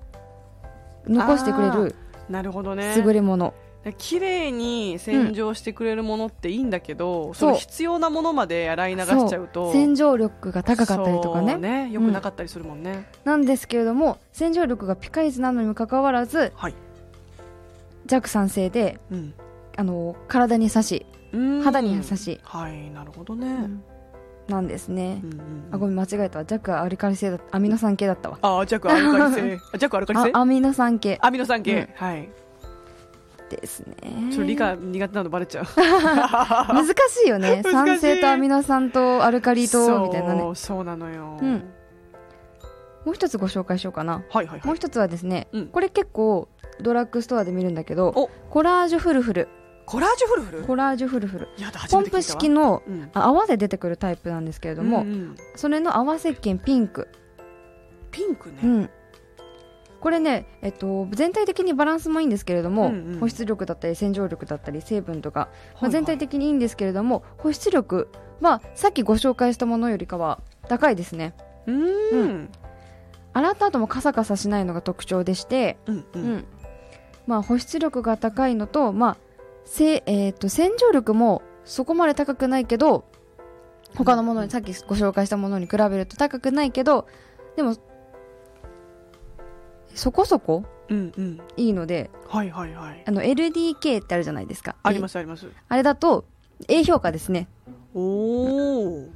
残してくれ
あー
る
なるほどね
優れもの、
綺麗に洗浄してくれるものっていいんだけど、そ
そう
の必要なものまで洗い流しちゃうと
そう洗浄力が高かったりとかね
そう良くなかったりするもんね、
なんですけれども洗浄力がピカイチなのにもかかわらず
はい、
弱酸性で
うん
あの体に刺し
うん
肌に優しい
はいなるほどね、
なんですね、
うんうん
あごめん間違えたわ弱アルカリ性だアミノ酸系だったわ
あー弱アルカリ
<laughs>
性あ弱アルカリ性
あアミノ酸系
アミノ酸系、
うん
はい
ですね
ちょっと理科苦手なのバレちゃう
難しいよね
<laughs> 難しい
酸性とアミノ酸とアルカリとみたいなね
そうそうなのよ、
うんもう一つご紹介しようかな
はいはい
も
は
う
い
一つはですね、
うん
これ結構ドラッグストアで見るんだけど
お
コラージュフルフル
コラージュフルフル
コラージュフルフル
いやだ初
ポ
めて聞
ンプ
いたわ
式の
うん
あ泡で出てくるタイプなんですけれども、
うんうん
それの泡石鹸ピンク、
ピンクね、
うん、これね、えっと、全体的にバランスもいいんですけれども、
うんうん
保湿力だったり洗浄力だったり成分とか、
はいは
まあ、
い
全体的にいいんですけれども、保湿力はさっきご紹介したものよりかは高いですね
うーん
洗った後もカサカサしないのが特徴でして、
うんう
うんんまあ、保湿力が高いのと,、まあせえー、と洗浄力もそこまで高くないけど他のものに、
うん
さっきご紹介したものに比べると高くないけどでもそこそこ
うんうん
いいので
はいはいはい
あの LDK ってあるじゃないですか
ありますすあります
あれだと A 評価ですね
おお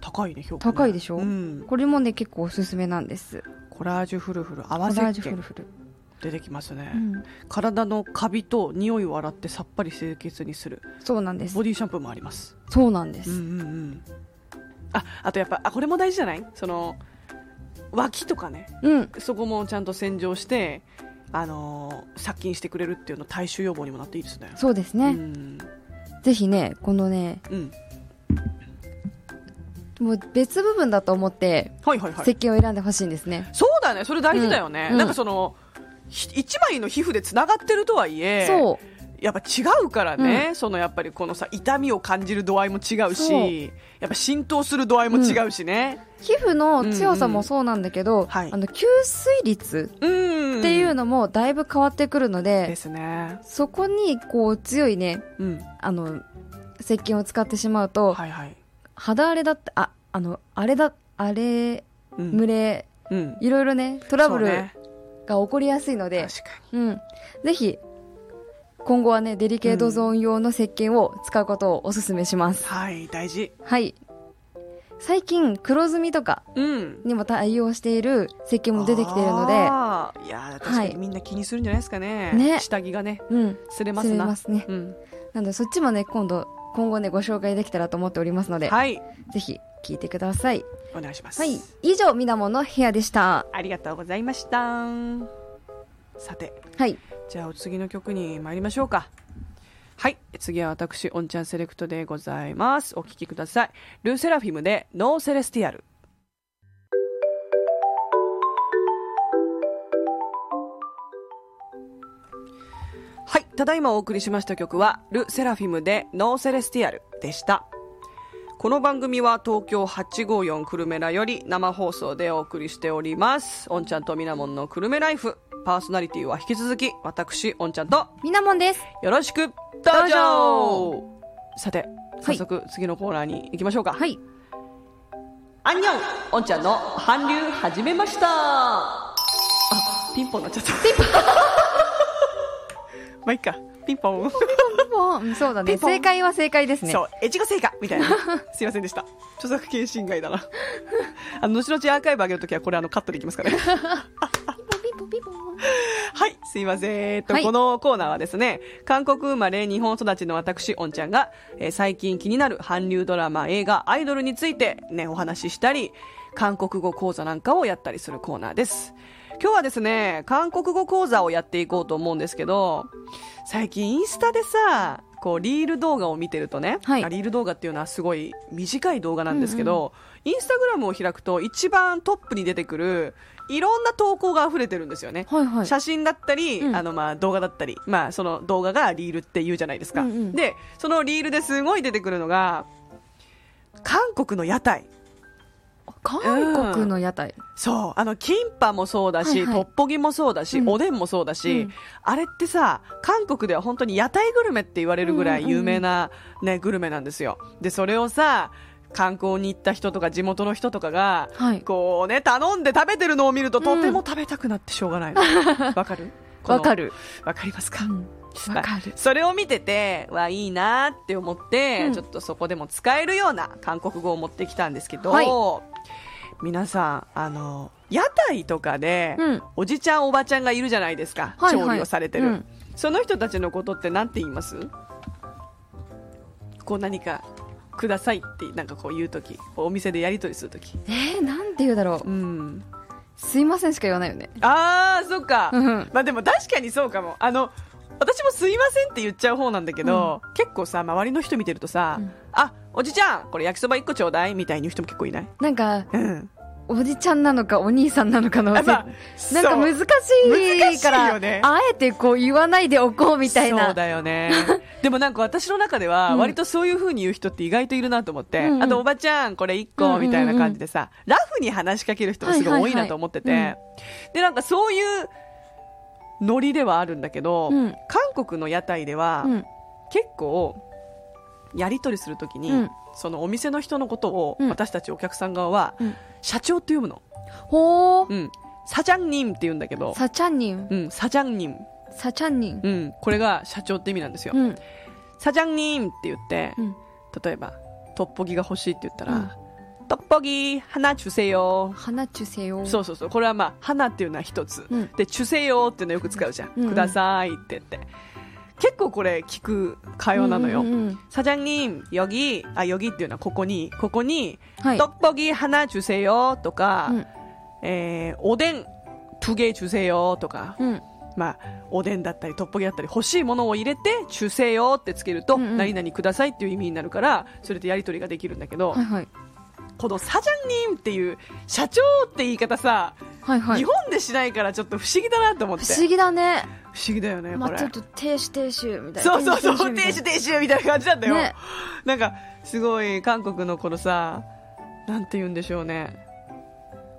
高いね評価ね
高いでしょ
うん
これもね結構おすすめなんです
コラージュフルフル泡
コ
石
ラージュフル
鹸
フル、
出てきますね、
うん
体のカビと匂いを洗ってさっぱり清潔にする
そうなんです
ボディシャンプーもあります
そうなんです、
うんうんうんああとやっぱあこれも大事じゃないその脇とかね
うん
そこもちゃんと洗浄してあのー殺菌してくれるっていうの体臭予防にもなっていいですね
そうです
う
ね、
ん
ぜひねこのね
うん
もう別部分だと思って
はいはいは
石
い
鹸を選んでほしいんですね、
そうだねそれ大事だよね、
うん
なんかそのひ一枚の皮膚でつながってるとはいえ
そう
やっぱ違うからね、そのやっぱりこのさ痛みを感じる度合いも違う
そう
しやっぱ浸透する度合いも違うしね、
皮膚の強さもそうなんだけど、
んはい
あの吸水率
うん、
っていう
の
のもだいぶ変わってくるので
で、すね、
そこにこう強いね
うん、
あの石鹸を使ってしまうと、
はいはい、
肌荒れだってああのあれだあれ
うん
蒸れ、
うん、
いろいろねト
ト
ラブルが起こりやすいので、
確か
うん、ぜひ今後はねデリケートゾーン用の石鹸を使うことをおすすめします
に、はい大事
はい最近黒ずみとか
うん
にも対応している石鹸も出てきているので
あーいやー確か
は
に
い
みんな気にするんじゃないですかね,、
ね
下着がね
うん
擦れま
ます
すな
ますね
うん、
なのでそっちもね今度今後ねご紹介できたらと思っておりますので、
はい
ぜひ聞いてください
お願いします、
はい以上みなもんの部屋でした
ありがとうございましたさて
はい
じゃあお次の曲に参りましょうかはい次は私オンちゃんセレクトでございますお聴きくださいルセラフィムでノーセレスティアルはいただいまお送りしました曲はルセラフィムでノーセレスティアルでしたこの番組は東京854久留米らより生放送でお送りしております。おんちゃんとみなもんの久留米ライフ。パーソナリティは引き続き私、おんちゃんと
みなもんです
よろしくどうぞ
ぞ
さて、早速次のコーナーに行きましょうか。
はい
あんにょんおんちゃんの韓流始めましたあ、ピンポンなっちゃった。ピンポン <laughs> まあいいか。ピンポン。
うんそうだ
ピ
ね
ンポン
正解は正解ですね
そう、越後製菓みた
<laughs>
いな。すいませんでした。著作権侵害だな。あの、後々アーカイブ上げるときは、これあの、カットできますからね。
ピンポンピンポンピンポン
はい、すいません。えっと、
はい
このコーナーはですね、韓国生まれ、日本育ちの私、おんちゃんが、えー最近気になる韓流ドラマ、映画、アイドルについてね、お話ししたり、韓国語講座なんかをやったりするコーナーです。今日はですね、韓国語講座をやっていこうと思うんですけど、最近インスタでさ、こう、リール動画を見てるとね、
はい
あリール動画っていうのはすごい短い動画なんですけど、インスタグラムを開くと一番トップに出てくる、いろんな投稿が溢れてるんですよね。
はいはい
写真だったり、
うん
あのまあ動画だったり、まあ、その動画がリールって言うじゃないですか、
うんうん
でそのリールですごい出てくるのが韓国の屋台
韓空の屋台。
そうあのキンパもそうだし、
はいはい
トッポギもそうだし、
うん
おでんもそうだし、
うん
あれってさ韓国では本当に屋台グルメって言われるぐら
う
い
んうんうん
有名な、ねグルメなんですよでそれをさ観光に行った人とか地元の人とかが、
はい
こうね頼んで食べてるのを見ると、
ん
とても食べたくなってしょうがない
<laughs>
のわかるこの
わかる。
わかりますか、
うんわかる。
それを見ててはいいなって思って、
うん
ちょっとそこでも使えるような韓国語を持ってきたんですけど、
はい
皆さんあの屋台とかで、
うん
おじちゃんおばちゃんがいるじゃないですか、
はいはい
調理をされてる、
うん
その人たちのことって何て言いますこう何かくださいってなんかこう言う時お店でやり取りする時
えー、なんて言うだろ
う
う。
ん
すいませんしか言わないよね。
あーそっか、
うん
まあでも確かにそうかもあの私もすいませんって言っちゃう方なんだけど、結構さ周りの人見てるとさ、
うん
あおじちゃんこれ焼きそば1個ちょうだいみたいに言う人も結構いない
なんか、
うん
おじちゃんなのかお兄さんなのかの、
やっぱ
なんか難しいから
難しいよね
あえてこう言わないでおこうみたい
そう
な。
だよ
<laughs>
ねでもなんか私の中では
うん
割とそういう風に言う人って意外といるなと思って、
うんうん
あとおばちゃんこれ1
うんうん
個
うん
みたいな感じでさ、ラフに話しかける人がすごい多いなと思ってて、
はいはいは
でなんかそういうノリではあるんだけど、
うん
韓国の屋台では、
うん。
結構やり取りするときに、
うん
そのお店の人のことを
うん
私たちお客さん側は、
うん
社長って読むの、
ほー。
うん、サジャンニンって言うんだけど、
サチャンニン。
うん、サジャンニン、
サチャンニン。
うん、これが社長って意味なんですよ、
うん。
サジャンニンって言って、
うん
例えばトッポギが欲しいって言ったら、
うん
トッポギ花チュセヨ
花中せよ。
そうそうそうこれはまあ花っていうのは一つ、
うん
で「チュセヨ」っていうのよく使うじゃん「
うんうん
ください」って言って結構これ聞く会話なのよ、
うんうんうん
サジャンニン、ヨギ、あ、ヨギっていうのはここに、ここに、
はい。
トッポギ花주세요とか、
うん
えーおでん、두개주세요とか、
うん。
まあ、おでんだったり、トッポギだったり、欲しいものを入れて、주세요ってつけると、
うんうん
何々くださいっていう意味になるから、それでやり取りができるんだけど、
はいはい。
このサジャンニンっていう、社長って言い方さ、
はいはい
日。本でしないからちょっと不思議だなと思って。
不思議だね。
不思議だよね、
ま
こ
あ、
れ
ちょっ。と亭主亭主みたいな。
そうそうそう、
みた
亭
いな
主亭主みたいな感じなんだよ。
ね
なんか、すごい韓国のこのさ、なんて言うんでしょうね。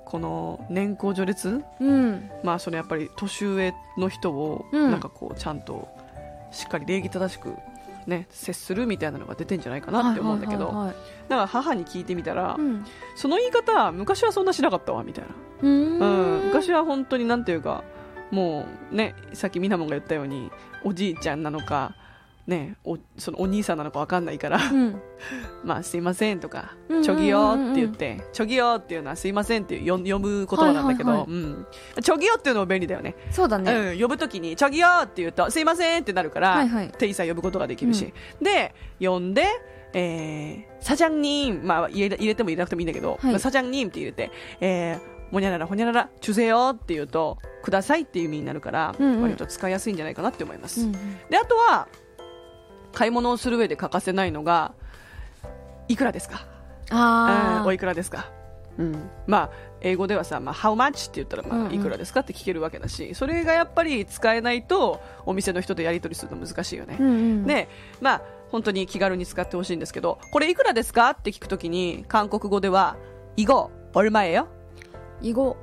この年功序列
うん。
まあ、そのやっぱり年上の人を、
うん
なんかこう、ちゃんと、しっかり礼儀正しく、ね、接するみたいなのが出てんじゃないかなって思うんだけど、
はいはいはいはい
だから母に聞いてみたら、
うん。
その言い方、昔はそんなしなかったわ、みたいな。
うー
うん
ん。
昔は本当になんていうかもうねさっきみなもんが言ったようにおじいちゃんなのかねおそのお兄さんなのかわかんないから
うん。
まあすいませんとか
うんうんうんうん
ちょぎよって言ってちょぎよっていうのはすいませんっていうよ読む言葉なんだけ
はい
ど
は
うんちょぎよっていうのも便利だよね
そうだね。
うん、呼ぶときに、チャギよって言うと、すいませんってなるから、
はいはい
店員さん呼ぶことができるし。で、呼んで、えー、サジャンニン、まあ入れ、入れても入れなくてもいいんだけど、
はい
まあサジャンニンって入れて、えー、もにゃらら、ほにゃらら、チュゼよって言うと、くださいっていう意味になるから、
うんうん
割と使いやすいんじゃないかなって思います。
うん
で、あとは、買い物をする上で欠かせないのが、いくらですか
あ
うん
あ。
おいくらですか、うん、まあ英語ではさ、まあ、How much って言ったら、
うん
ま
う
あ、
ん
いくらですかって聞けるわけだし、それがやっぱり使えないと、お店の人とやり取りするの難しいよね。
うんうん。
で、まあ、本当に気軽に使ってほしいんですけど、これいくらですかって聞くときに、韓国語では、いご、おるまえよ。
이거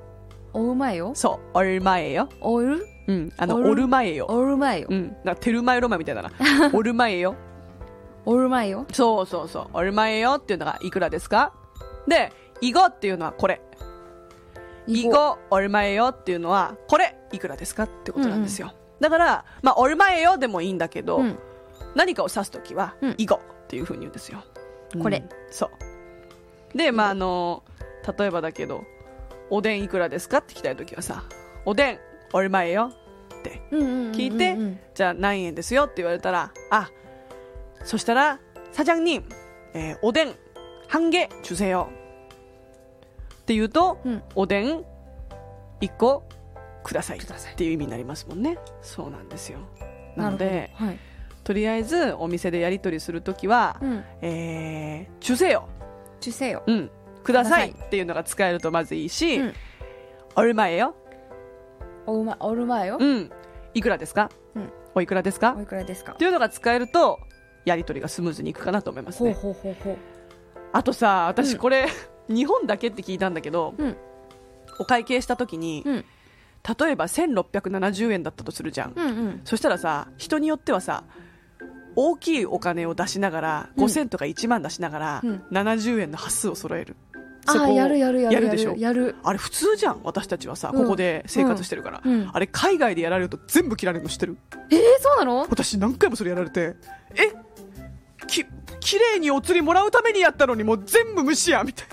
얼마예요
そう、おるまえよ。
얼얼
うん、あの、
おる
おるまえよ。
마예요
うん、なんかテルマエロマみたい
<laughs>
だな。おるまえよ。
얼마예요
そうそうそう、おるまえよっていうのがいくらですかで、いごっていうのはこれ。いご、おるまえよっていうのは、これ、いくらですかってことなんですよ。だから、まあ、おるまえよでもいいんだけど、
うん
何かを指すときは
うん、
いごっていうふうに言うんですよ。
これ
うんそう。で、まあ、あの、例えばだけど、おでんいくらですかって聞きたいときはさ、おでん、おるまえよって
うんうんうんうん
聞いて、
うん
じゃあ何円ですよって言われたら、あ、そしたら、さじゃんに、えーおでん、半げ、주세요。って言うと、
うん
おでん、一個、ください。っ
ください
ていう意味になりますもんね。そうなんですよ。なの
なるほど
で、
はい
とりあえず、お店でやり取りするときは、
うん
えー、주세요。
주세요
うん。ください
くだ
っていうのが使えるとまずいいし、
うん
おるまえよ。
얼마얼마예요
うん。いくらですか、
うん
おいくらですか
おいくらですか
っていうのが使えるとやり取りがスムーズにいくかなと思います
ほう
ね
ほうほうほう
あとさ私これ、 <laughs> 日本だけって聞いたんだけど
うん
お会計した時に
うん
例えば1670円だったとするじゃん、
うんうん
そしたらさ人によってはさ大きいお金を出しながら
うん
5000とか1万出しながら、
うん
70円の端数を揃える、
あ
そこ
ー
を
やるやるやる
やるでしょ
やる
あれ普通じゃん私たちはさ、
うん
ここで生活してるから、
うん
あれ海外でやられると全部切られるの知ってる
えー、そうなの
私何回もそれやられてえき綺麗にお釣りもらうためにやったのにもう全部無視やみたい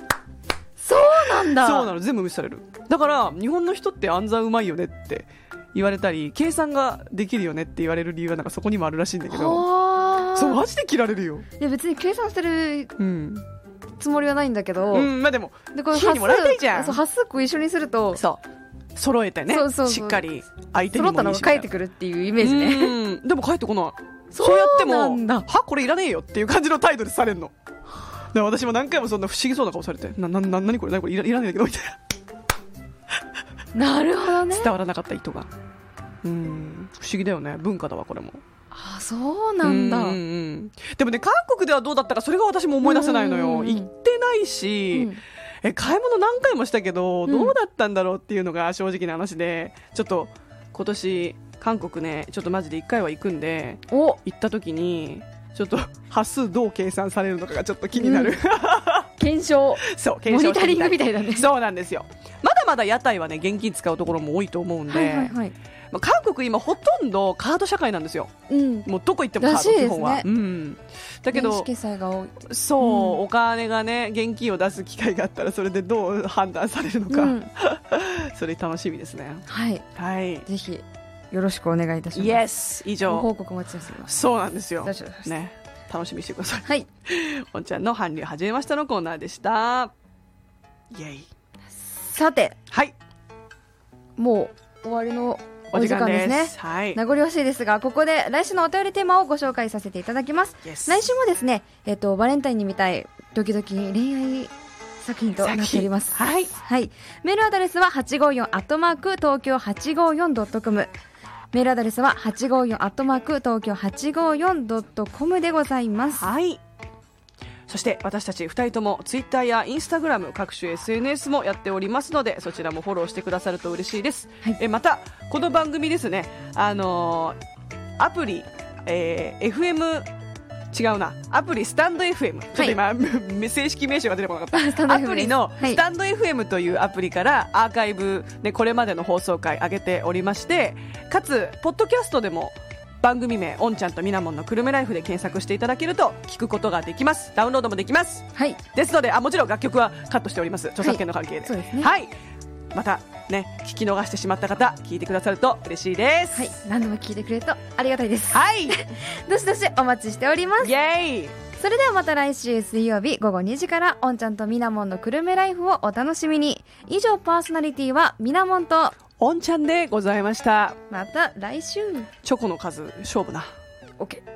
そうなんだ
なそうなの全部無視されるだから日本の人って暗算うまいよねって言われたり計算ができるよねって言われる理由はなんかそこにもあるらしいんだけど
は
そう
あ
マジで切られるよ
いや別に計算してる
うん、
つもりはないんだけど、
うん、まあでも
でこの
キーにもらいたいじゃん
そう端数こう一緒にすると
そう揃えてね
そうそうそう
しっかり相手に
揃
も
ったのが返ってくるっていうイメージね
ねでも返ってこない
そう
そうやって
なん
も
だ
はこれいらねえよっていう感じの態度でされるので私も何回もそんな不思議そうな顔されてななな何これ何これいらいらねえんだけどみたいな
<laughs> なるほどね
伝わらなかった意図がうん不思議だよね文化だわこれも
あそうなんだ
うううんでもね韓国ではどうだったかそれが私も思い出せないの
うんう
よ
んうん
行ってないし、え買い物何回もしたけど
うん
どうだったんだろうっていうのが正直な話でちょっと今年韓国ねちょっとマジで1回は行くんで
お
行った時にちょっと端数どう計算されるのかがちょっと気になる、
検証
<laughs> そう
モ
検
ニ
証
タリングみ
た
たいだね
そうなんですよまだまだ屋台はね現金使うところも多いと思うんで、
はいはいはい
まあ、韓国今ほとんどカード社会なんですよ
うん
もうどこ行ってもカー
らし
ド、
いですね
基本は、うん、だけ
電子
ど
決済が多い
そう、
う
お金がね現金を出す機会があったらそれでどう判断されるのか、
うん
それ楽しみですね
はい
はい
ぜひよろしくお願いいたします
イエス以
ご
上
報告お待ちしております
そうなんですよ
大丈夫です
ね楽しみにしてください
はい
おんちゃんの韓流始めましたのコーナーでしたイエイ
さて
はい
もう終わりの
お
お
時
時間
間で
ですすね
はい
名残惜しいですがここで来週のお便りテーマをご紹介させていただきます来週もですね、えっとバレンタインに見たいドキドキ恋愛作品となっております
作品はい
はい、メールアドレスは854アットマーク東京 854.com メールアドレスは854アットマーク東京 854.com でございます
はいそして私たち2人ともツイッターやインスタグラム各種 SNS もやっておりますのでそちらもフォローしてくださると嬉しいです、
はい
えまたこの番組ですねあのーアプリ、えー FM 違うなアプリスタンド FM ちょっと今、 <laughs> 正式名称が出てこなかった
<laughs> スタンド FM
アプリの
ですはい
スタンド FM というアプリからアーカイブ、ね、これまでの放送回上げておりましてかつ、ポッドキャストでも番組名「おんちゃんとみなもんのくるめライフ」で検索していただけると聞くことができますダウンロードもできます
はい
ですのであもちろん楽曲はカットしております著作権の関係で,、はい
そうですね
また、ね、聞き逃してしまった方聞いてくださると嬉しいです
はい、何度も聞いてくれるとありがたいです
はい、
どしどしお待ちしております
イ <laughs> エーイ
それではまた来週水曜日午後2時からおんちゃんとみなもんのくるめライフをお楽しみに以上パーソナリティはみなもんと
おんちゃんでございました
また来週
チョコの数勝負な
OK